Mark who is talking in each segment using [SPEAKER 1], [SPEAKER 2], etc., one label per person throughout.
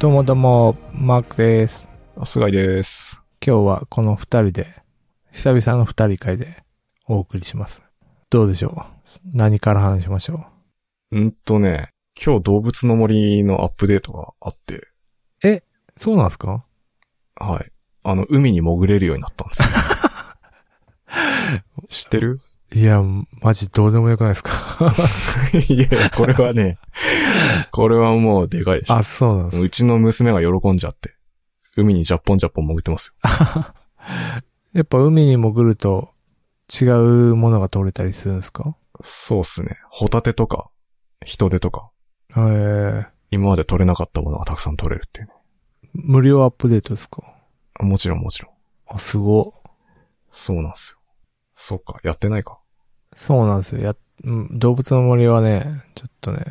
[SPEAKER 1] どうもどうも、マークです。
[SPEAKER 2] 菅井です。
[SPEAKER 1] 今日はこの二人で、久々の二人会でお送りします。どうでしょう何から話しましょ
[SPEAKER 2] うんとね、今日動物の森のアップデートがあって、
[SPEAKER 1] うそうなんですか
[SPEAKER 2] はい。あの、海に潜れるようになったんですよ。 知ってる
[SPEAKER 1] いや、マジどうでもよくないですか
[SPEAKER 2] いやいや、これはね、これはもうでかいでしょ。
[SPEAKER 1] あ、そうなんです
[SPEAKER 2] うちの娘が喜んじゃって、海にジャッポンジャッポン潜ってますよ。
[SPEAKER 1] か。やっぱ海に潜ると違うものが取れたりするんですか
[SPEAKER 2] そうっすね。ホタテとか、人手とか、
[SPEAKER 1] えー、
[SPEAKER 2] 今まで取れなかったものがたくさん取れるっていうね。
[SPEAKER 1] 無料アップデートですか
[SPEAKER 2] もちろんもちろん。
[SPEAKER 1] あ、すご。
[SPEAKER 2] そうなんですよ。そっか、やってないか。
[SPEAKER 1] そうなんですよ。や、うん動物の森はね、ちょっとね、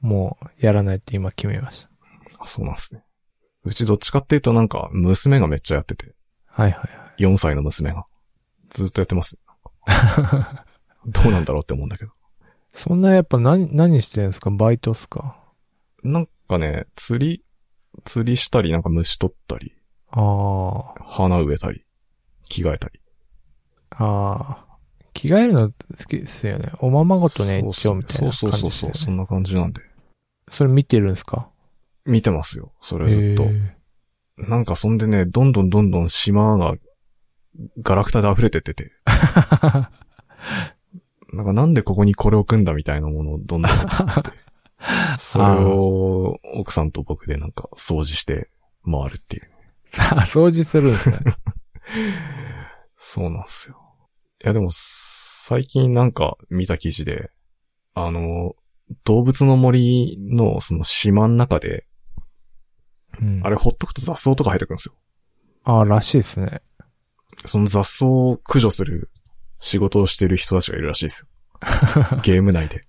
[SPEAKER 1] もうやらないって今決めました。
[SPEAKER 2] あ、そうなんですね。うちどっちかっていうとなんか、娘がめっちゃやってて、
[SPEAKER 1] はいはい。
[SPEAKER 2] 4歳の娘が。ずっとやっ てます。どうなんだろうって思うんだけど。
[SPEAKER 1] そんなやっぱ何、何してるんですかバイトっすか
[SPEAKER 2] なんかね、釣り、釣りしたり、なんか虫取ったり、
[SPEAKER 1] ああ、
[SPEAKER 2] 花植えたり、着替えたり。
[SPEAKER 1] ああ。着替えるの好きですよね。おままごとね、
[SPEAKER 2] そうっ
[SPEAKER 1] 一
[SPEAKER 2] す
[SPEAKER 1] 応みたいな感じ
[SPEAKER 2] そ
[SPEAKER 1] で
[SPEAKER 2] う
[SPEAKER 1] す
[SPEAKER 2] そ
[SPEAKER 1] よ
[SPEAKER 2] うそうそう、
[SPEAKER 1] ね。
[SPEAKER 2] そんな感じなんで。
[SPEAKER 1] それ見てるんですか
[SPEAKER 2] 見てますよ、それずっと
[SPEAKER 1] へ。ー
[SPEAKER 2] なんかそんでね、どんどんどんどん島が、ガラクタで溢れてってて。なんかなんでここにこれを組んだみたいなものをどんどん入っててそれを奥さんと僕でなんか掃除して回るっていう。
[SPEAKER 1] さあ、掃除するんです ね。
[SPEAKER 2] そうなんですよ。いやでも、最近なんか見た記事で、あの、動物の森のその島の中で、
[SPEAKER 1] うん
[SPEAKER 2] あれほっとくと雑草とか生えてくるんですよ。
[SPEAKER 1] ああ、らしいですね。
[SPEAKER 2] その雑草を駆除する仕事をしてる人たちがいるらしいです よ。ゲーム内で。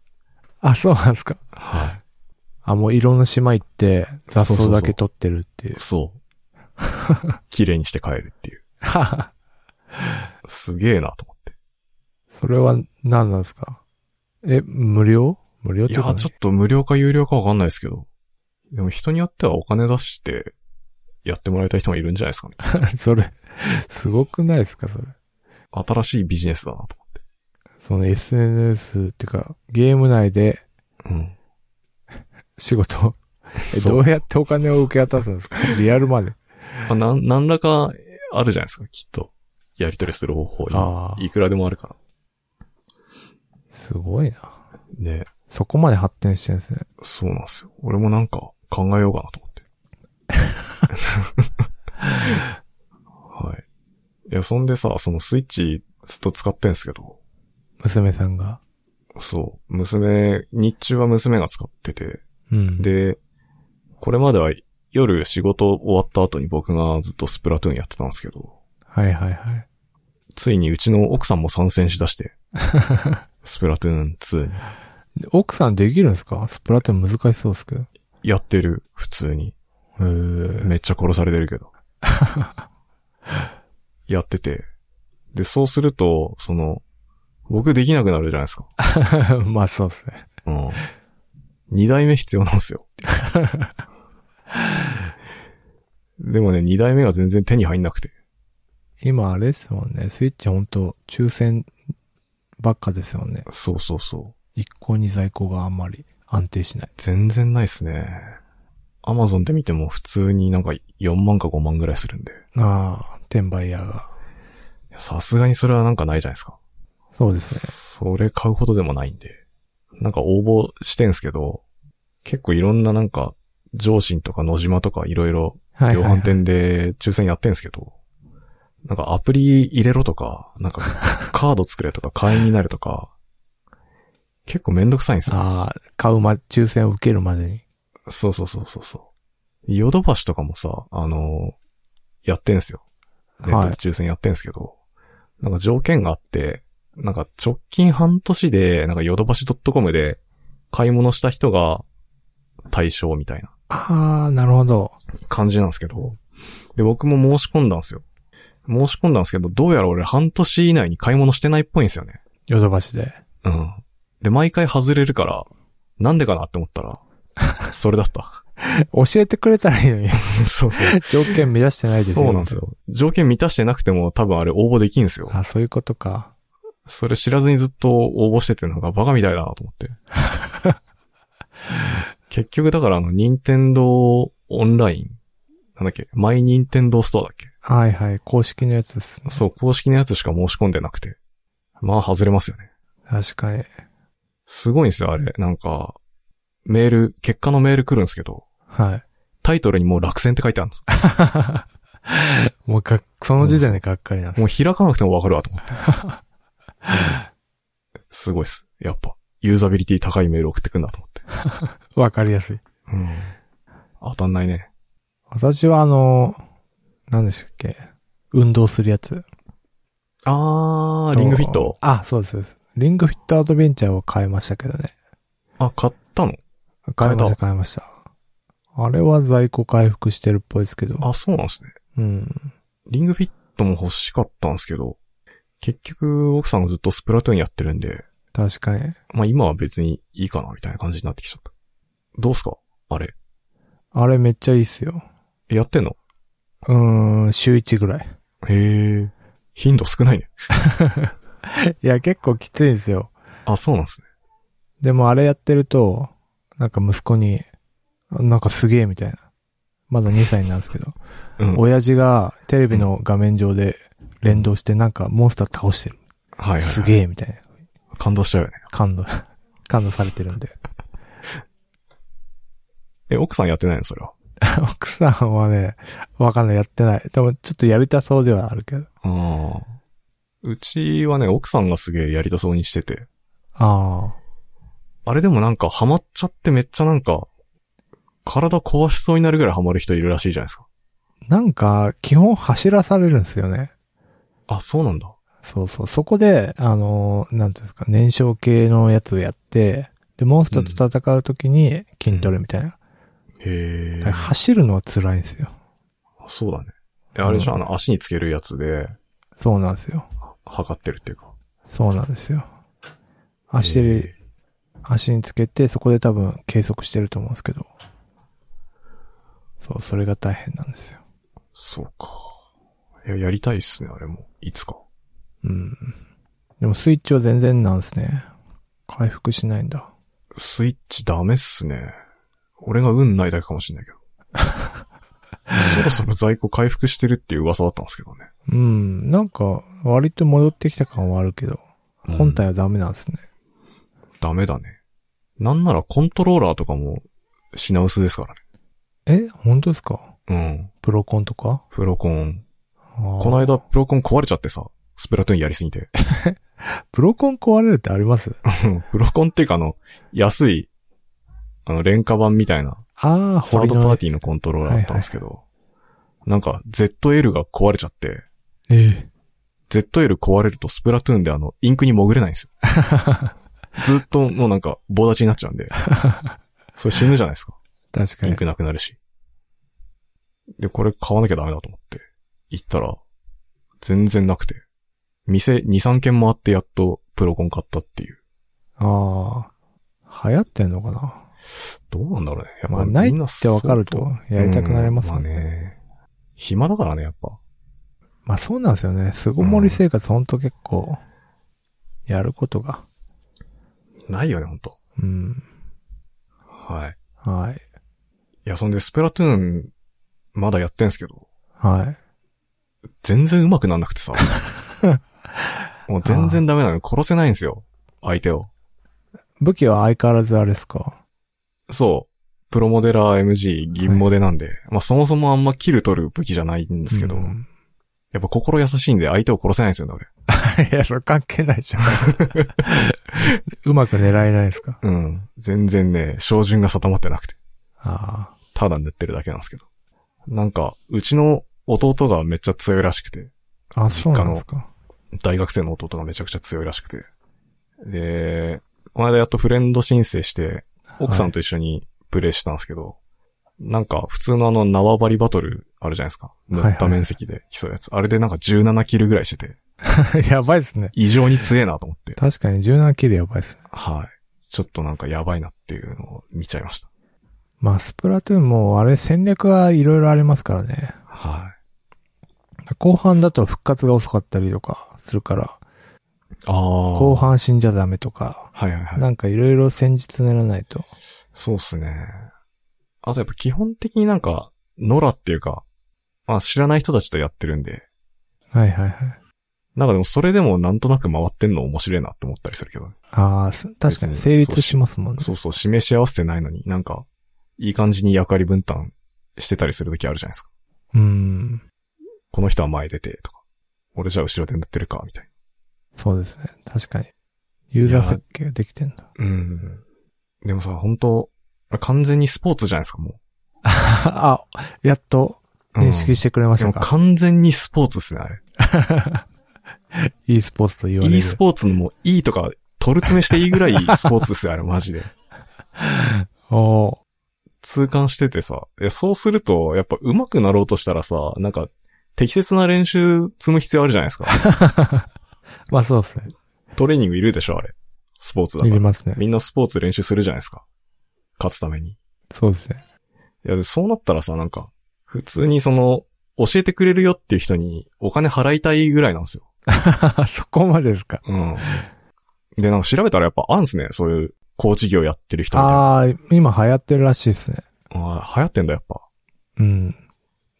[SPEAKER 1] あ、そうなんですか
[SPEAKER 2] は
[SPEAKER 1] あ、もういろんな島行って雑
[SPEAKER 2] そうそ
[SPEAKER 1] 草
[SPEAKER 2] うそう
[SPEAKER 1] だけ取ってるっていう。
[SPEAKER 2] そう。 綺麗にして帰るっていう。
[SPEAKER 1] はは
[SPEAKER 2] すげえなと思って。
[SPEAKER 1] それは何なんですかえ、無料無料っ
[SPEAKER 2] い
[SPEAKER 1] てい
[SPEAKER 2] や
[SPEAKER 1] うか
[SPEAKER 2] ー、ちょっと無料か有料かわかんないですけど。でも人によってはお金出してやってもらいたい人がいるんじゃないですかね。
[SPEAKER 1] それ、すごくないですかそれ。
[SPEAKER 2] 新しいビジネスだなと
[SPEAKER 1] その SNS っていうか、ゲーム内で
[SPEAKER 2] 思って。
[SPEAKER 1] 仕事を、
[SPEAKER 2] うん。
[SPEAKER 1] え、どうやってお金を受け渡すんですか リアルまで。
[SPEAKER 2] まあ、なん、何らかあるじゃないですか、きっと。やり取りする方法
[SPEAKER 1] ああ
[SPEAKER 2] いくらでもあるから。
[SPEAKER 1] すごいな。
[SPEAKER 2] ね。
[SPEAKER 1] そこまで発展してるんですね。
[SPEAKER 2] そうなんですよ。俺もなんか考えようかなと思って。はい。いや、そんでさ、そのスイッチずっと使ってんすけど、
[SPEAKER 1] 娘さんが。
[SPEAKER 2] そう、娘、日中は娘が使ってて、
[SPEAKER 1] うん。、
[SPEAKER 2] で、これまでは夜仕事終わった後に僕がずっとスプラトゥーンやってたんですけど、
[SPEAKER 1] はいはいはい。
[SPEAKER 2] ついにうちの奥さんも参戦しだして、スプラトゥーン2に。
[SPEAKER 1] で奥さんできるんですかスプラトゥーン難しそうですけど。へ
[SPEAKER 2] やってる、普通に。
[SPEAKER 1] え。
[SPEAKER 2] めっちゃ殺されてる けど。やってて。で、そうすると、その、僕できなくなるじゃないです か。
[SPEAKER 1] まあそうですね。
[SPEAKER 2] うん。二代目必要なんです よ。でもね、二代目が全然手に入んなくて。
[SPEAKER 1] 今あれですもんね。スイッチほんと抽選ばっかですもんね。
[SPEAKER 2] そうそうそう。
[SPEAKER 1] 一向に在庫があんまり安定しない。
[SPEAKER 2] 全然ないっすね。アマゾンで見ても普通になんか4万か5万ぐらいするんで。
[SPEAKER 1] ああ、転売屋が。
[SPEAKER 2] いやさすがにそれはなんかないじゃないですか。
[SPEAKER 1] そうですね。
[SPEAKER 2] それ買うほどでもないんで。なんか応募してんすけど、結構いろんななんか、上信とか野島とかいろいろ、
[SPEAKER 1] はい
[SPEAKER 2] 量
[SPEAKER 1] はい、はい
[SPEAKER 2] 販。店で抽選やってんすけど、なんかアプリ入れろとか、なんかカード作れとか会員になるとか、結構めんどくさいんですよ。
[SPEAKER 1] ああ、買うま、抽選を受けるまでに。
[SPEAKER 2] そうそうそうそうそう。ヨドバシとかもさ、あのやってんすよ。ネットで抽選やってんすけど、なんか条件があって、なんか直近半年で、なんかヨドバシ .com で買い物した人が対象みたいな
[SPEAKER 1] ああ、なるほど。
[SPEAKER 2] 感じなんですけど、で、僕も申し込んだんですよ。申し込んだんですけど、どうやら俺半年以内に買い物してないっぽいんですよね。
[SPEAKER 1] ヨドバシで。
[SPEAKER 2] うん。で、毎回外れるから、なんでかなって思ったら、それだった。
[SPEAKER 1] 教えてくれたらいいのに、
[SPEAKER 2] そうそう。
[SPEAKER 1] 条件目指してないですよ。
[SPEAKER 2] そうなんですよ。条件満たしてなくても多分あれ応募できんですよ。
[SPEAKER 1] あ、そういうことか。
[SPEAKER 2] それ知らずにずっと応募しててなんかバカみたいだなと 思って。結局だからあの、任天堂オンライン。なんだっけマイ任天堂ストアだっけ
[SPEAKER 1] はいはい。公式のやつですね。
[SPEAKER 2] そう、公式のやつしか申し込んでなくて。まあ外れますよね。
[SPEAKER 1] 確かに。
[SPEAKER 2] すごいんですよ、あれ。なんか、メール、結果のメール来るんですけど、
[SPEAKER 1] はい。
[SPEAKER 2] タイトルにもう落選って書いてあるんです。
[SPEAKER 1] もうがっ、その時点でがっかりなんです。
[SPEAKER 2] もう開かなくてもわかるわと思って。すごいっす。やっぱ、ユーザビリティ高いメール送ってくんだと思って。
[SPEAKER 1] わかりやすい。
[SPEAKER 2] うん。当たんないね。
[SPEAKER 1] 私はあの、何でしたっけ運動するやつ。
[SPEAKER 2] あー、リングフィット。
[SPEAKER 1] あ、そうですそうです。リングフィットアドベンチャーを買いましたけどね。
[SPEAKER 2] あ、買ったの
[SPEAKER 1] 買いまし
[SPEAKER 2] 買
[SPEAKER 1] た、
[SPEAKER 2] えた
[SPEAKER 1] 買いました。あれは在庫回復してるっぽいですけど。
[SPEAKER 2] あ、そうなんですね。
[SPEAKER 1] うん。
[SPEAKER 2] リングフィットも欲しかったんですけど、結局、奥さんがずっとスプラトゥーンやってるんで、
[SPEAKER 1] 確かに。
[SPEAKER 2] まあ今は別にいいかな、みたいな感じになってきちゃった。どうすかあれ。
[SPEAKER 1] あれめっちゃいいっすよ。
[SPEAKER 2] やってんの
[SPEAKER 1] うーん、週1ぐらい。
[SPEAKER 2] へえ。頻度少ないね。
[SPEAKER 1] いや、結構きついんですよ。
[SPEAKER 2] あ、そうなんですね。
[SPEAKER 1] でもあれやってると、なんか息子に、なんかすげえみたいな。まだ2歳なんですけど、
[SPEAKER 2] うん。はい
[SPEAKER 1] 親父がテレビの画面上で連動してなんかモンスター倒してる。
[SPEAKER 2] はい、
[SPEAKER 1] す
[SPEAKER 2] はい。
[SPEAKER 1] げえみたいな。
[SPEAKER 2] 感動しちゃうよね。
[SPEAKER 1] 感動、 感動されてるんで。
[SPEAKER 2] え、奥さんやってないのそれは。
[SPEAKER 1] 奥さんはね、わかんない、やってない。でもちょっとやりたそうではあるけど。
[SPEAKER 2] ああ。うちはね、奥さんがすげえやりたそうにしてて。
[SPEAKER 1] あ
[SPEAKER 2] あれでもなんかハマっちゃってめっちゃなんか、体壊しそうになるぐらいハマる人いるらしいじゃないですか。
[SPEAKER 1] あ。なんか、基本走らされるんですよね。
[SPEAKER 2] あ、そうなんだ。
[SPEAKER 1] そうそう。そこで、あのー、なんていうんですか、燃焼系のやつをやって、で、モンスターと戦うときに筋トレみたいな。
[SPEAKER 2] へえ。
[SPEAKER 1] 走るのは辛いんですよ。
[SPEAKER 2] そうだね。え、あれでしょ、あの、足につけるやつで、
[SPEAKER 1] そうなんですよ。
[SPEAKER 2] 測ってるっていうか。
[SPEAKER 1] そうなんですよ。足
[SPEAKER 2] へ
[SPEAKER 1] に、
[SPEAKER 2] え
[SPEAKER 1] 足につけて、そこで多分計測してると思うんですけど。そう、それが大変なんですよ。
[SPEAKER 2] そうか。いや、やりたいっすね、あれも。いつか。
[SPEAKER 1] うん。でもスイッチは全然なんですね。回復しないんだ。
[SPEAKER 2] スイッチダメっすね。俺が運ないだけかもしんないけど。そろそろ在庫回復してるっていう噂だったんですけどね。
[SPEAKER 1] うん。なんか、割と戻ってきた感はあるけど、本体はダメなんですね。
[SPEAKER 2] ダメだね。なんならコントローラーとかも品薄ですから
[SPEAKER 1] え本当ですか
[SPEAKER 2] ね。うん。
[SPEAKER 1] プロコンとか
[SPEAKER 2] プロコン。
[SPEAKER 1] こ
[SPEAKER 2] この間プロコン壊れちゃってさ、スプラトゥーンやりすぎて。
[SPEAKER 1] プロコン壊れるってあります
[SPEAKER 2] プロコンっていうかあの、安い、あの、廉価版みたいな、
[SPEAKER 1] ああ、
[SPEAKER 2] サ
[SPEAKER 1] ホ
[SPEAKER 2] ー
[SPEAKER 1] リ
[SPEAKER 2] ドパーティーのコントローラーだったんですけど、なんか ZL が壊れちゃって、
[SPEAKER 1] え
[SPEAKER 2] ZL 壊れるとスプラトゥーンであの、インクに潜れないんですよ。ずっともうなんか棒立ちになっちゃうんで。それ死ぬじゃないですか。
[SPEAKER 1] え確か
[SPEAKER 2] イン
[SPEAKER 1] に。
[SPEAKER 2] クなくなるし。で、これ買わなきゃダメだと思って、行ったら、全然なくて。店2、3軒回ってやっとプロコン買ったっていう。
[SPEAKER 1] ああ、流行ってんのかな
[SPEAKER 2] どうなんだろうね。やっ
[SPEAKER 1] まあ、
[SPEAKER 2] ぱ
[SPEAKER 1] ない
[SPEAKER 2] みんな
[SPEAKER 1] ってわかると、やりたくなります
[SPEAKER 2] よ
[SPEAKER 1] よ
[SPEAKER 2] ね。まあ
[SPEAKER 1] ね。
[SPEAKER 2] ね。暇だからね、やっぱ。
[SPEAKER 1] まあ、そうなんですよね。巣ごもり生活、ほんと結構、やることが。
[SPEAKER 2] ないよね、ほんと。
[SPEAKER 1] うん。
[SPEAKER 2] はい。
[SPEAKER 1] はい。
[SPEAKER 2] いや、そんで、スプラトゥーン、まだやってんすけど、
[SPEAKER 1] はい。
[SPEAKER 2] 全然上手くなんなく てさ。もう全然ダメなの。殺せないんですよ。相手を。
[SPEAKER 1] 武器は相変わらずあれですか
[SPEAKER 2] そう。プロモデラー MG 銀モデなんで、まあそもそもあんまキル取る武器じゃないんですけど、
[SPEAKER 1] うん
[SPEAKER 2] やっぱ心優しいんで相手を殺せないんですよね、
[SPEAKER 1] いや、それ関係ないじ ゃん。うまく狙えないですか
[SPEAKER 2] 俺。うん。全然ね、照準が定まってなくて、
[SPEAKER 1] あ
[SPEAKER 2] ただ塗ってるだけなんですけど。なんか、うちの弟がめっちゃ強いらしくて、
[SPEAKER 1] あ。あ、そうなんですか。
[SPEAKER 2] 大学生の弟がめちゃくちゃ強いらしくて。で、この間やっとフレンド申請して、奥さんと一緒にプレイしたんですけど、なんか普通のあの縄張りバトルあるじゃないですか。塗った面積で競うやつ。あれでなんか17キルぐらいしてて、
[SPEAKER 1] やばいですね。
[SPEAKER 2] 異常に強えなと思って。
[SPEAKER 1] 確かに17キルやばいですね。
[SPEAKER 2] はい。ちょっとなんかやばいなっていうのを見ちゃいました。
[SPEAKER 1] まあ、スプラトゥーンも、あれ戦略はいろいろありますからね。
[SPEAKER 2] は
[SPEAKER 1] 後半だと復活が遅かったりとかするから、
[SPEAKER 2] い。ああ。後
[SPEAKER 1] 後。半死んじゃダメとか、
[SPEAKER 2] はいはいはい。
[SPEAKER 1] なんかいろいろ戦術練らないと。
[SPEAKER 2] そうっすね。あとやっぱ基本的になんか、ノラっていうか、まあ知らない人たちとやってるんで、
[SPEAKER 1] はいはいはい。
[SPEAKER 2] なんかでもそれでもなんとなく回ってんの面白いなって思ったりするけどね。
[SPEAKER 1] ああ、す確かに
[SPEAKER 2] 別に
[SPEAKER 1] 成立しますもんね。
[SPEAKER 2] そうそう、示し合わせてないのに、なんか、いい感じに役割分担してたりするときあるじゃないですか。
[SPEAKER 1] うん。
[SPEAKER 2] この人は前出て、とか。俺じゃあ後ろで塗ってるか、みたい
[SPEAKER 1] そうですね。確かに。ユーザー設計ができてんだ。
[SPEAKER 2] な。うん。でもさ、本当完全にスポーツじゃないですか、も
[SPEAKER 1] あ、やっと
[SPEAKER 2] う。うん
[SPEAKER 1] 認識してくれまし
[SPEAKER 2] で
[SPEAKER 1] た
[SPEAKER 2] も
[SPEAKER 1] か。
[SPEAKER 2] 完全にスポーツっすね、あれ。
[SPEAKER 1] e スポーツと言われる。
[SPEAKER 2] e スポーツのもう E とか、取る詰めしていいぐらいスポーツっすよ、あれ、マジで。
[SPEAKER 1] おー
[SPEAKER 2] 痛感しててさ。いやそうすると、やっぱ上手くなろうとしたらさ、なんか、適切な練習積む必要あるじゃな いですか。
[SPEAKER 1] まあそうですね。
[SPEAKER 2] トレーニングいるでしょ、あれ。スポーツだ
[SPEAKER 1] い
[SPEAKER 2] から
[SPEAKER 1] り。ますね。
[SPEAKER 2] みんなスポーツ練習するじゃないですか。勝つために。い
[SPEAKER 1] そうですね。
[SPEAKER 2] や、でそうなったらさ、なんか、普通にその、教えてくれるよっていう人にお金払いたいぐらいなんですよ。
[SPEAKER 1] そこまでですか。
[SPEAKER 2] うん。で、なんか調べたらやっぱあるんすね。そういう、コーチ業やってる人みたいな。
[SPEAKER 1] ああ、今流行ってるらしいですね。
[SPEAKER 2] あー流行ってんだ、やっぱ。
[SPEAKER 1] うん。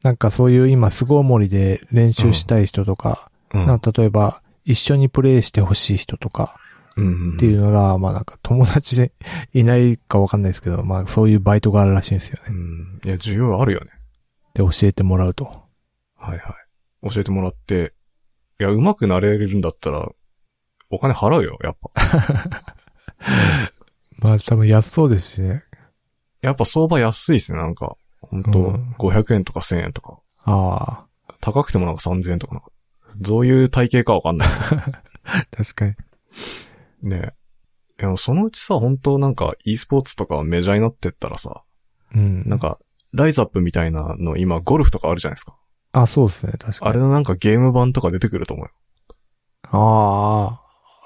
[SPEAKER 1] なんかそういう今、凄盛りで練習したい人とか、
[SPEAKER 2] うん。
[SPEAKER 1] なんか例えば、一緒にプレイしてほしい人とか
[SPEAKER 2] うん、
[SPEAKER 1] っていうのが、まあなんか友達で いないかわかんないですけど、まあそういうバイトがあるらしいんですよ
[SPEAKER 2] う
[SPEAKER 1] ね。
[SPEAKER 2] ん。いや、需要あるよね。
[SPEAKER 1] で、教えてもらうと。
[SPEAKER 2] はいはい。教えてもらって、いや、上手くなれるんだったら、お金払うよ、やっぱ。
[SPEAKER 1] まあ多分安そうですしね。
[SPEAKER 2] やっぱ相場安いっすね、なんか。ほん
[SPEAKER 1] う
[SPEAKER 2] と
[SPEAKER 1] ん、
[SPEAKER 2] 500円とか1000円とか。
[SPEAKER 1] あ
[SPEAKER 2] 高くてもなんか3000円とかなんか。どういう体型かわか んない。
[SPEAKER 1] あ、確かに。
[SPEAKER 2] ねえ。でもそのうちさ、本当なんか e スポーツとかメジャーになってったらさ、
[SPEAKER 1] うん。
[SPEAKER 2] なんか、ライズアップみたいなの今ゴルフとかあるじゃないですか。
[SPEAKER 1] あ、そうですね、確か
[SPEAKER 2] あ
[SPEAKER 1] に。
[SPEAKER 2] れのなんかゲーム版とか出てくると思うよ。
[SPEAKER 1] あ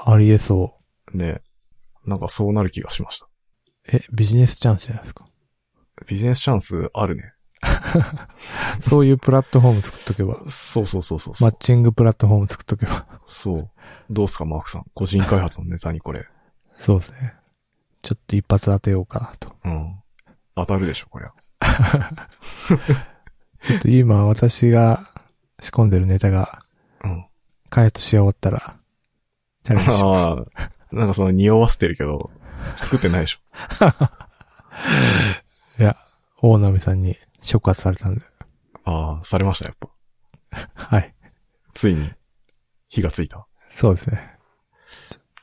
[SPEAKER 1] あ、ありえそ
[SPEAKER 2] ねえ。なんかそうなる気がしました。
[SPEAKER 1] う。え、ビジネスチャンスじゃないですか。
[SPEAKER 2] ビジネスチャンスあるね。
[SPEAKER 1] そういうプラットフォーム作っとけ ば。
[SPEAKER 2] そうそうそうそうそ
[SPEAKER 1] マ
[SPEAKER 2] う。
[SPEAKER 1] ッチングプラットフォーム作っとけば。
[SPEAKER 2] そう。どうすか、マークさん。個人開発のネタにこれ。
[SPEAKER 1] そうですね。ちょっと一発当てようかなと。
[SPEAKER 2] うん。当たるでしょ、こりゃ。
[SPEAKER 1] ちょっと今私が仕込んでるネタが
[SPEAKER 2] うん。
[SPEAKER 1] 開発し終わったら、チャレンジしま
[SPEAKER 2] ああ、なんかその匂わせてるけど、作ってないでしょ。
[SPEAKER 1] す。いや、大波さんに触発されたんで。
[SPEAKER 2] ああ、されました、やっぱ。
[SPEAKER 1] はい。
[SPEAKER 2] ついに、火がついた。
[SPEAKER 1] そうですね。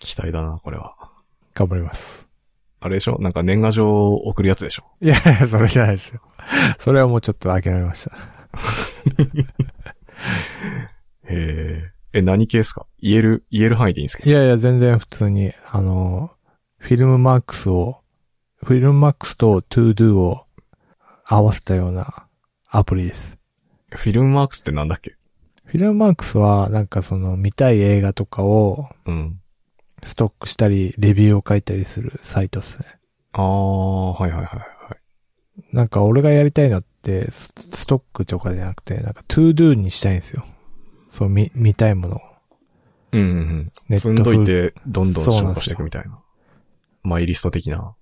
[SPEAKER 2] 期待だな、これは。
[SPEAKER 1] 頑張ります。
[SPEAKER 2] あれでしょなんか年賀状を送るやつでしょ
[SPEAKER 1] いやいや、それじゃないですよ。それはもうちょっと諦めました。
[SPEAKER 2] へえ。え、何系ですか言える、言える範囲でいいんですけ
[SPEAKER 1] いやいや、全然普通に、あの、フィルムマックスを、フィルムマックスとトゥードゥを合わせたようなアプリです。
[SPEAKER 2] ど。フィルムマークスってなんだっけ
[SPEAKER 1] フィルムマークスは、なんかその見たい映画とかを
[SPEAKER 2] うん。
[SPEAKER 1] ストックしたり、レビューを書いたりするサイトですね。
[SPEAKER 2] ああ、はいはいはいはい。
[SPEAKER 1] なんか俺がやりたいのって、スストックとかじゃなくて、なんかトゥードゥにしたいんですよ。そう、見、見たいものを。
[SPEAKER 2] うんうんう
[SPEAKER 1] ネ
[SPEAKER 2] ん。
[SPEAKER 1] ット
[SPEAKER 2] 積ん
[SPEAKER 1] 風
[SPEAKER 2] どいて、どんどん
[SPEAKER 1] そうな
[SPEAKER 2] 消
[SPEAKER 1] んですよ
[SPEAKER 2] 化していくみたいな。マイリスト的な、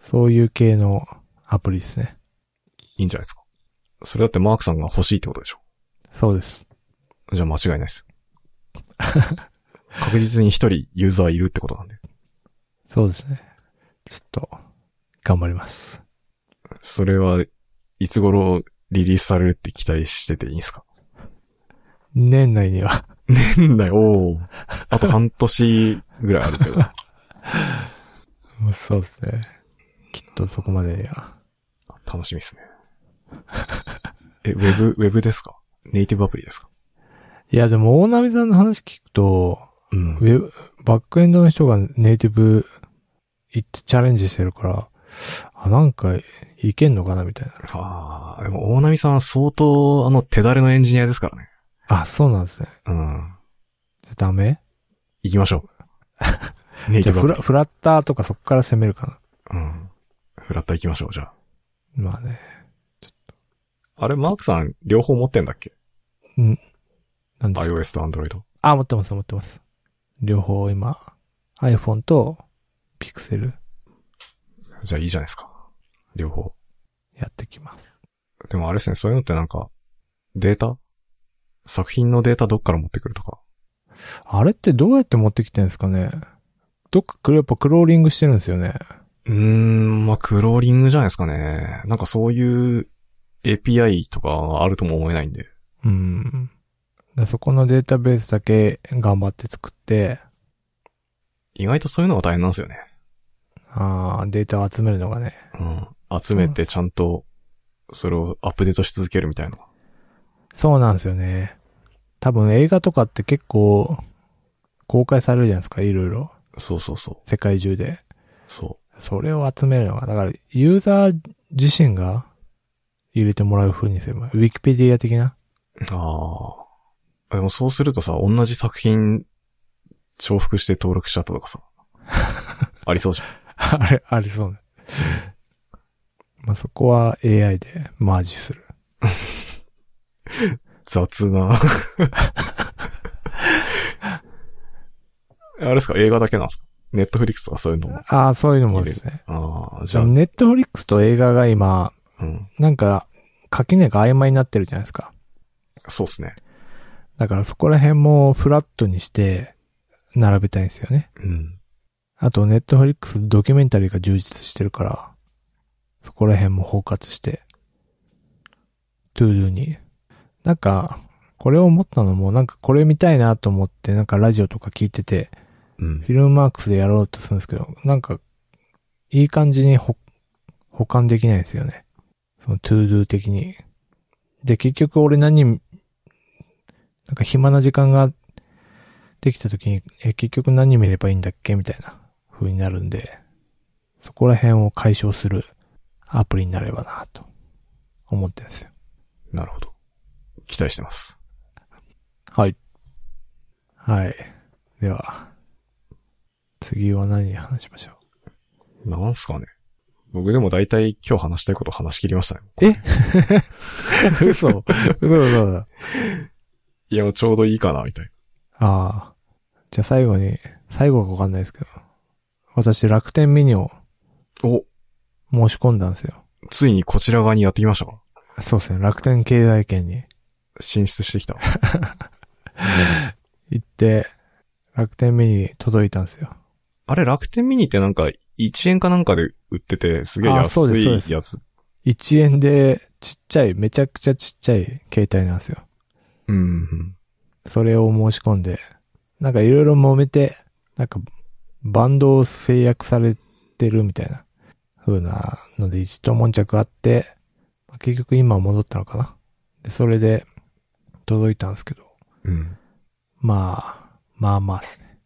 [SPEAKER 1] そういう系のアプリですね。
[SPEAKER 2] いいんじゃないですか。それだってマークさんが欲しいってことでしょ
[SPEAKER 1] そうです。
[SPEAKER 2] じゃあ間違いないですよ。確実に一人ユーザーいるってことなんで。
[SPEAKER 1] そうですね。ちょっと、頑張ります。
[SPEAKER 2] それはいつ頃リリースされるって期待してていいんですか
[SPEAKER 1] 年内には。
[SPEAKER 2] 年内、おお。あと半年ぐらいあるけど。
[SPEAKER 1] もうそうですね。きっとそこまでには。
[SPEAKER 2] 楽しみですね。え、ウェブ、ウェブですかネイティブアプリですか
[SPEAKER 1] いや、でも大波さんの話聞くと、
[SPEAKER 2] うん
[SPEAKER 1] ウ。ェブ、バックエンドの人がネイティブ行ってチャレンジしてるから、あ、なんかいけんのかなみたいな。
[SPEAKER 2] ああ、でも大波さんは相当あの手だれのエンジニアですからね。
[SPEAKER 1] あ、そうなんですね。
[SPEAKER 2] うん。
[SPEAKER 1] ダメ
[SPEAKER 2] 行きましょう。ネイ
[SPEAKER 1] じ
[SPEAKER 2] テ
[SPEAKER 1] ゃ
[SPEAKER 2] ィ
[SPEAKER 1] あフ
[SPEAKER 2] ブアプ
[SPEAKER 1] ラ、
[SPEAKER 2] リ。
[SPEAKER 1] フラッターとかそこから攻めるか
[SPEAKER 2] うん。フラッター行きましょう、じゃあ。
[SPEAKER 1] まあね。
[SPEAKER 2] あれ、マークさん、両方持ってんだっけ
[SPEAKER 1] なんですか
[SPEAKER 2] ?iOS と Android。
[SPEAKER 1] あ、持ってます、持ってます。両方今、iPhone と Pixel
[SPEAKER 2] じゃあいいじゃないですか。両方。
[SPEAKER 1] やってきます。
[SPEAKER 2] でもあれですね、そういうのってなんか、データ作品のデータどっから持ってくるとか。
[SPEAKER 1] あれってどうやって持ってきてんですかねどっかくるやっぱクローリングしてるんですよね。
[SPEAKER 2] うーん、まあ、クローリングじゃないですかね。なんかそういう API とかあるとも思えないんで。
[SPEAKER 1] うん。でそこのデータベースだけ頑張って作って、
[SPEAKER 2] 意外とそういうのが大変なんですよね。
[SPEAKER 1] あーデータを集めるのがね。
[SPEAKER 2] うん。集めてちゃんと、それをアップデートし続けるみたいな。
[SPEAKER 1] そうなんですよね。多分映画とかって結構公開されるじゃないですか、いろいろ。
[SPEAKER 2] そうそうそ
[SPEAKER 1] 世界中で。
[SPEAKER 2] う。そ
[SPEAKER 1] それを集めるのが、だからユーザー自身が入れてもらう風にすれば、ウィキペディア的な。
[SPEAKER 2] う。ああ。でもそうするとさ、同じ作品、重複して登録しちゃったとかさ。ありそうじゃん。
[SPEAKER 1] あれ、ありそうね。まあ、そこは AI でマージする。
[SPEAKER 2] 雑な。 あれですか映画だけなんですかネットフリックスとかそういうのも。
[SPEAKER 1] ああ、そういうのもですね。
[SPEAKER 2] ああ、じ
[SPEAKER 1] じゃ
[SPEAKER 2] ゃ
[SPEAKER 1] あ、
[SPEAKER 2] あ、
[SPEAKER 1] ネットフリックスと映画が今、
[SPEAKER 2] うん。
[SPEAKER 1] なんか、垣根が曖昧になってるじゃないですか。
[SPEAKER 2] そうですね。
[SPEAKER 1] だからそこら辺もフラットにして、並べたいんですよね。
[SPEAKER 2] うん。
[SPEAKER 1] あと、ネットフリックスドキュメンタリーが充実してるから、そこら辺も包括して、トゥードゥに。なんか、これを思ったのも、なんかこれ見たいなと思って、なんかラジオとか聞いてて、
[SPEAKER 2] うん
[SPEAKER 1] フ。ィルムマークスでやろうとするんですけど、なんか、いい感じにほ、保管できないんですよね。その、トゥードゥ的に。で、結局俺何、なんか暇な時間ができた時に、え、結局何見ればいいんだっけみたいな風になるんで、そこら辺を解消するアプリになればなと思ってるんですよ。
[SPEAKER 2] なるほど。期待してます。
[SPEAKER 1] はい。はい。では、次は何話しましょう
[SPEAKER 2] なんすかね。僕でも大体今日話したいこと話し切りましたね。
[SPEAKER 1] え嘘嘘嘘だ。
[SPEAKER 2] いや、ちょうどいいかな、みたいな。
[SPEAKER 1] ああ。じゃあ最後に、最後かわかんないですけど。私楽天ミニを
[SPEAKER 2] お、
[SPEAKER 1] 申し込んだんですよ。
[SPEAKER 2] ついにこちら側にやってきましたか
[SPEAKER 1] そうですね。楽天経済圏に
[SPEAKER 2] 進出してきた。
[SPEAKER 1] 行って、楽天ミニ届いたんですよ。
[SPEAKER 2] あれ、楽天ミニってなんか、1円かなんかで売ってて、すげえ
[SPEAKER 1] あそう
[SPEAKER 2] 安
[SPEAKER 1] ですそうで
[SPEAKER 2] い
[SPEAKER 1] す
[SPEAKER 2] やつ。
[SPEAKER 1] 1円でちっちゃい、めちゃくちゃちっちゃい携帯なんですよ。
[SPEAKER 2] うんうん。
[SPEAKER 1] それを申し込んで、なんかいろいろ揉めて、なんかバンドを制約されてるみたいな風なので一度悶着あって、まあ結局今戻ったのかな。で、それで届いたんですけど、
[SPEAKER 2] うん。
[SPEAKER 1] まあ、まあまあですね。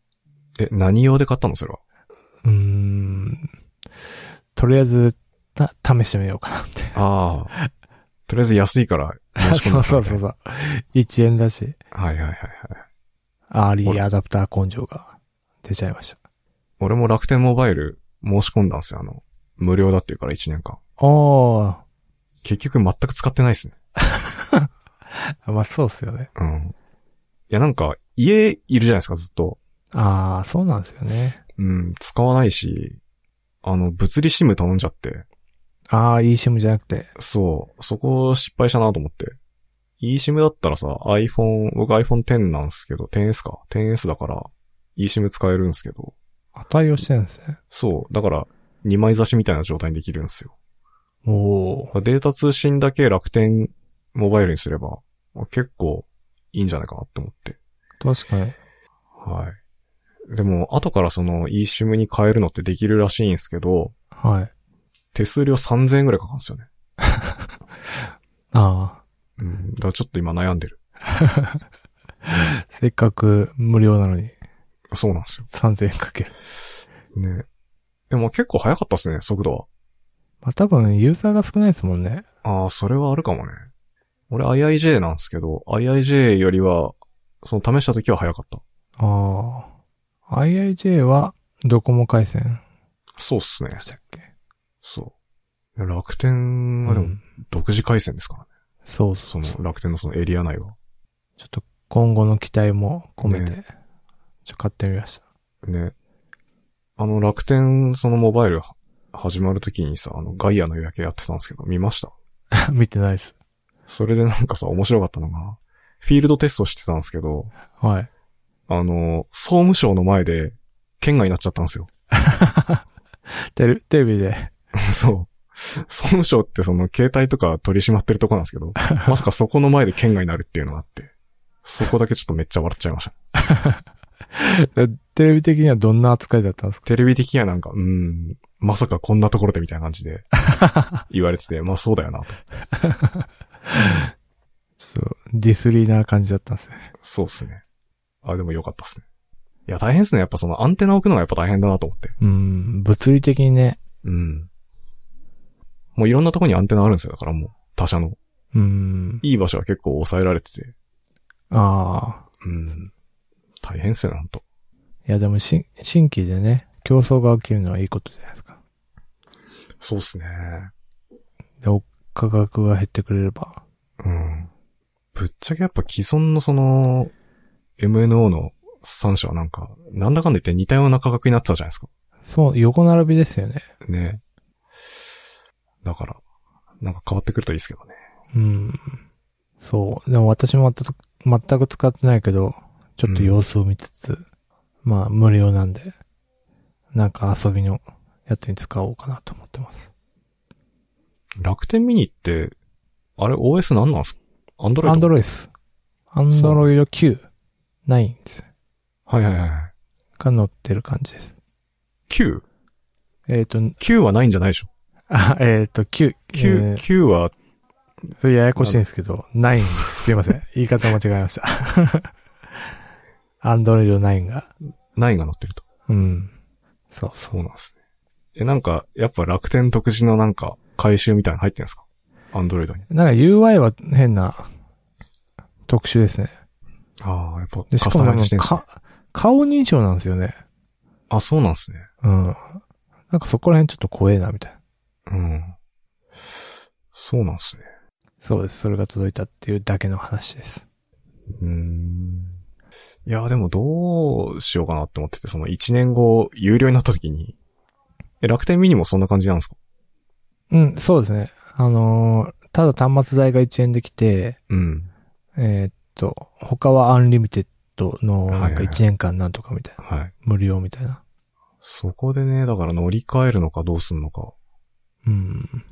[SPEAKER 2] え、何用で買ったのそれは。
[SPEAKER 1] うーん。とりあえず、た、試してみようかなって。
[SPEAKER 2] ああ。とりあえず安いから申し込 ん
[SPEAKER 1] そ
[SPEAKER 2] だ
[SPEAKER 1] う
[SPEAKER 2] から
[SPEAKER 1] そう
[SPEAKER 2] みたいな。
[SPEAKER 1] そうそう。1円だし、
[SPEAKER 2] はいはいはいはい。
[SPEAKER 1] アーリーアダプター根性が出ちゃいました。
[SPEAKER 2] 俺も楽天モバイル申し込んだんですよ。あの、無料だっていうから1年間。
[SPEAKER 1] おー。
[SPEAKER 2] 結局全く使ってないですね。
[SPEAKER 1] まあそうっすよね。
[SPEAKER 2] うん。いやなんか、家いるじゃないですか、ずっと。
[SPEAKER 1] ああ、そうなんですよね。
[SPEAKER 2] うん、使わないし、あの、物理シム頼んじゃって。
[SPEAKER 1] ああ、eSIM じゃなくて。
[SPEAKER 2] そう、そこ失敗したなと思って。eSIM だったらさ、iPhone、僕 iPhone X なんですけど、10S か。10S だから、eSIM 使えるんですけど。
[SPEAKER 1] あ対応してるんですね。
[SPEAKER 2] そう、だから、2枚差しみたいな状態にできるんですよ。
[SPEAKER 1] おお。
[SPEAKER 2] データ通信だけ楽天モバイルにすれば、結構いいんじゃないかなって思って。
[SPEAKER 1] 確かに。
[SPEAKER 2] はい。でも、後からその eSIM に変えるのってできるらしいんですけど、
[SPEAKER 1] はい。
[SPEAKER 2] 手数料3000円ぐらいかかるんですよね。
[SPEAKER 1] あ
[SPEAKER 2] うん。だからちょっと今悩んでる。
[SPEAKER 1] あ、せっかく無料なのに
[SPEAKER 2] そうなんですよ。
[SPEAKER 1] 3000円かける。
[SPEAKER 2] ね。でも結構早かったですね、速度は。
[SPEAKER 1] まあ多分ユーザーが少ないですもんね。
[SPEAKER 2] ああ、それはあるかもね。俺 IIJ なんですけど、IIJ よりは、その試した時は早かった。
[SPEAKER 1] ああ。IIJ はドコモ回線
[SPEAKER 2] そうっすね
[SPEAKER 1] で。したっけ
[SPEAKER 2] そう。いや楽天はでも独自回線ですからね。
[SPEAKER 1] そうそう。
[SPEAKER 2] その楽天のそのエリア内は。
[SPEAKER 1] ちょっと今後の期待も込めて、ちょっと買ってみました。
[SPEAKER 2] ね。あの楽天、そのモバイルは始まるときにさ、あのガイアの予約やってたんですけど、見ました
[SPEAKER 1] 見てないです。
[SPEAKER 2] それでなんかさ、面白かったのが、フィールドテストしてたんですけど、
[SPEAKER 1] はい。
[SPEAKER 2] あの、総務省の前で、県外になっちゃったんですよ。
[SPEAKER 1] テレテレビで、
[SPEAKER 2] そう。総務省ってその携帯とか取り締まってるとこなんですけど、まさかそこの前で県外になるっていうのがあって、そこだけちょっとめっちゃ笑っちゃいました。
[SPEAKER 1] テレビ的にはどんな扱いだったんですか
[SPEAKER 2] テレビ的にはなんか、うーん、まさかこんなところでみたいな感じで言われてて、まあそうだよなと。
[SPEAKER 1] そう、ディスリーな感じだったんですね。
[SPEAKER 2] そうっすね。あ、でもよかったっすね。いや、大変っすね。やっぱそのアンテナ置くのがやっぱ大変だなと思って。
[SPEAKER 1] うん、物理的にね、
[SPEAKER 2] うん。もういろんなとこにアンテナあるんですよ。だからもう、他社の。
[SPEAKER 1] うん、
[SPEAKER 2] いい場所は結構抑えられてて。
[SPEAKER 1] ああ。
[SPEAKER 2] うん。大変っすよね、ほんと。
[SPEAKER 1] いやでも新、新規でね、競争が起きるのはいいことじゃないですか。
[SPEAKER 2] そうっすね。
[SPEAKER 1] で、お価格が減ってくれれば。
[SPEAKER 2] うん。ぶっちゃけやっぱ既存のその、MNO の3社はなんか、なんだかんだ言って似たような価格になってたじゃないですか。
[SPEAKER 1] そう、横並びですよね。
[SPEAKER 2] ね。だから、なんか変わってくるといいですけどね。
[SPEAKER 1] うん。そう。でも私も全く全く使ってないけど、ちょっと様子を見つつ、まあ無料なんで、なんか遊びのやつに使おうかなと思ってます。
[SPEAKER 2] 楽天ミニって、あれ OS なんなんすかアンドロイド
[SPEAKER 1] アンドロイドです。アンドロイド Q、9です。
[SPEAKER 2] はいはいはいはい。
[SPEAKER 1] が載ってる感じです。
[SPEAKER 2] 9?9
[SPEAKER 1] えっ、と、
[SPEAKER 2] はないんじゃないでしょ
[SPEAKER 1] あ、えっ、と、Q、
[SPEAKER 2] ?9、
[SPEAKER 1] えー
[SPEAKER 2] 9は、
[SPEAKER 1] それややこしいんですけど、9です。すいま せん。言い方間違えました。 アンドロイド9が。
[SPEAKER 2] 9が載ってると。
[SPEAKER 1] うん。そう。
[SPEAKER 2] そうなんですね。え、なんか、やっぱ楽天独自のなんか、回収みたいなの入ってんですかアンドロイドに。
[SPEAKER 1] なんか UI は変な特殊ですね。
[SPEAKER 2] ああ、やっぱ
[SPEAKER 1] で、し
[SPEAKER 2] カ
[SPEAKER 1] か
[SPEAKER 2] スタ
[SPEAKER 1] もな
[SPEAKER 2] マ
[SPEAKER 1] ん
[SPEAKER 2] イズして
[SPEAKER 1] か
[SPEAKER 2] んすね
[SPEAKER 1] か顔認証なんですよね。
[SPEAKER 2] あ、そうなんですね。
[SPEAKER 1] うん。なんかそこら辺ちょっと怖えな、みたいな。
[SPEAKER 2] うん。そうなんですね。
[SPEAKER 1] そうです。それが届いたっていうだけの話です。
[SPEAKER 2] うーん。いや、でもどうしようかなって思ってて、その1年後、有料になった時に、え、楽天ミニもそんな感じなんですか
[SPEAKER 1] うん、そうですね。あのーただ端末代が1円できて、
[SPEAKER 2] うん。
[SPEAKER 1] えーっと、他はアンリミテッドの、
[SPEAKER 2] はい
[SPEAKER 1] な
[SPEAKER 2] はい
[SPEAKER 1] んか1年間なんとかみたいな。
[SPEAKER 2] はい。
[SPEAKER 1] 無料みたいな。
[SPEAKER 2] そこでね、だから乗り換えるのかどうすんのか、
[SPEAKER 1] うん。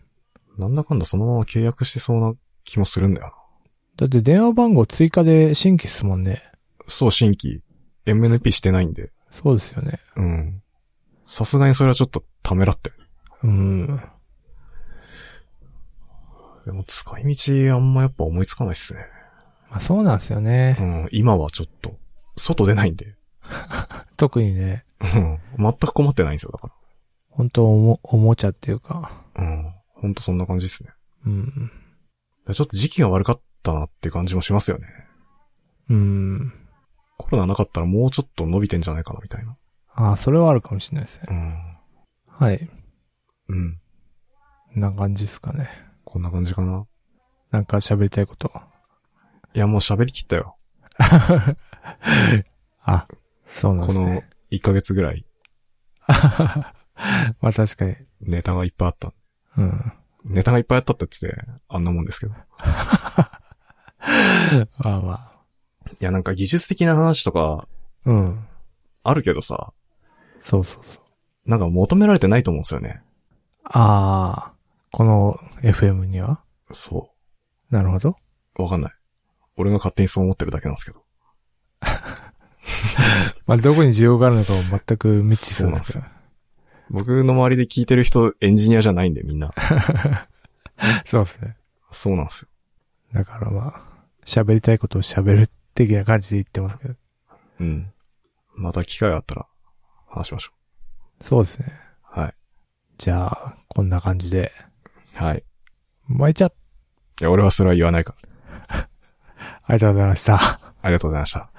[SPEAKER 2] なんだかんだそのまま契約してそうな気もするんだよな。
[SPEAKER 1] だって電話番号追加で新規っすもんね。
[SPEAKER 2] そう、新規。MNP してないんで。
[SPEAKER 1] そうですよね。
[SPEAKER 2] うん。さすがにそれはちょっとためらったよね。
[SPEAKER 1] うん。
[SPEAKER 2] でも使い道あんまやっぱ思いつかないっすね。
[SPEAKER 1] まあそうなんですよね。
[SPEAKER 2] うん、今はちょっと、外出ないんで。
[SPEAKER 1] 特にね、
[SPEAKER 2] うん、全く困ってないんですよ、だか
[SPEAKER 1] 本当おも、おもちゃっていうか、
[SPEAKER 2] ら。うん、ほんとそんな感じですね。
[SPEAKER 1] うん。
[SPEAKER 2] ちょっと時期が悪かったなって感じもしますよね。
[SPEAKER 1] うん。
[SPEAKER 2] コロナなかったらもうちょっと伸びてんじゃないかな、みたいな。
[SPEAKER 1] ああ、それはあるかもしれないですね。
[SPEAKER 2] うん。
[SPEAKER 1] はい。
[SPEAKER 2] うん。
[SPEAKER 1] こんな感じですかね。
[SPEAKER 2] こんな感じかな。
[SPEAKER 1] なんか喋りたいこと。
[SPEAKER 2] いや、もう喋りきったよ。
[SPEAKER 1] あ、そうなん
[SPEAKER 2] こ
[SPEAKER 1] です
[SPEAKER 2] の
[SPEAKER 1] ね。
[SPEAKER 2] 1ヶ月ぐらい
[SPEAKER 1] まあ確かに。
[SPEAKER 2] ネタがいっぱいあった。
[SPEAKER 1] うん。
[SPEAKER 2] ネタがいっぱいあったって言ってて、あんなもんですけど。
[SPEAKER 1] まあま
[SPEAKER 2] いや、なんか技術的な話とか
[SPEAKER 1] あ。うん。
[SPEAKER 2] あるけどさ、
[SPEAKER 1] そうそうそう。
[SPEAKER 2] なんか求められてないと思うんですよね。
[SPEAKER 1] ああ、この FM には
[SPEAKER 2] そ
[SPEAKER 1] なるほど。
[SPEAKER 2] う。わかんない。俺が勝手にそう思ってるだけなんですけど。
[SPEAKER 1] まあどこに需要があるのかも全く未知数です
[SPEAKER 2] そう
[SPEAKER 1] から。
[SPEAKER 2] 僕の周りで聞いてる人エンジニアじゃないんでみんな。
[SPEAKER 1] そうですね。
[SPEAKER 2] そうなんですよ。
[SPEAKER 1] だからまあ、喋りたいことを喋る的な感じで言ってますけど。
[SPEAKER 2] うん。また機会があったら話しましょ
[SPEAKER 1] そうですね。
[SPEAKER 2] う。はい。
[SPEAKER 1] じゃあ、こんな感じで。
[SPEAKER 2] はい。
[SPEAKER 1] まいちゃん、
[SPEAKER 2] いや、俺はそれは言わないから。
[SPEAKER 1] ありがとうございました。
[SPEAKER 2] ありがとうございました。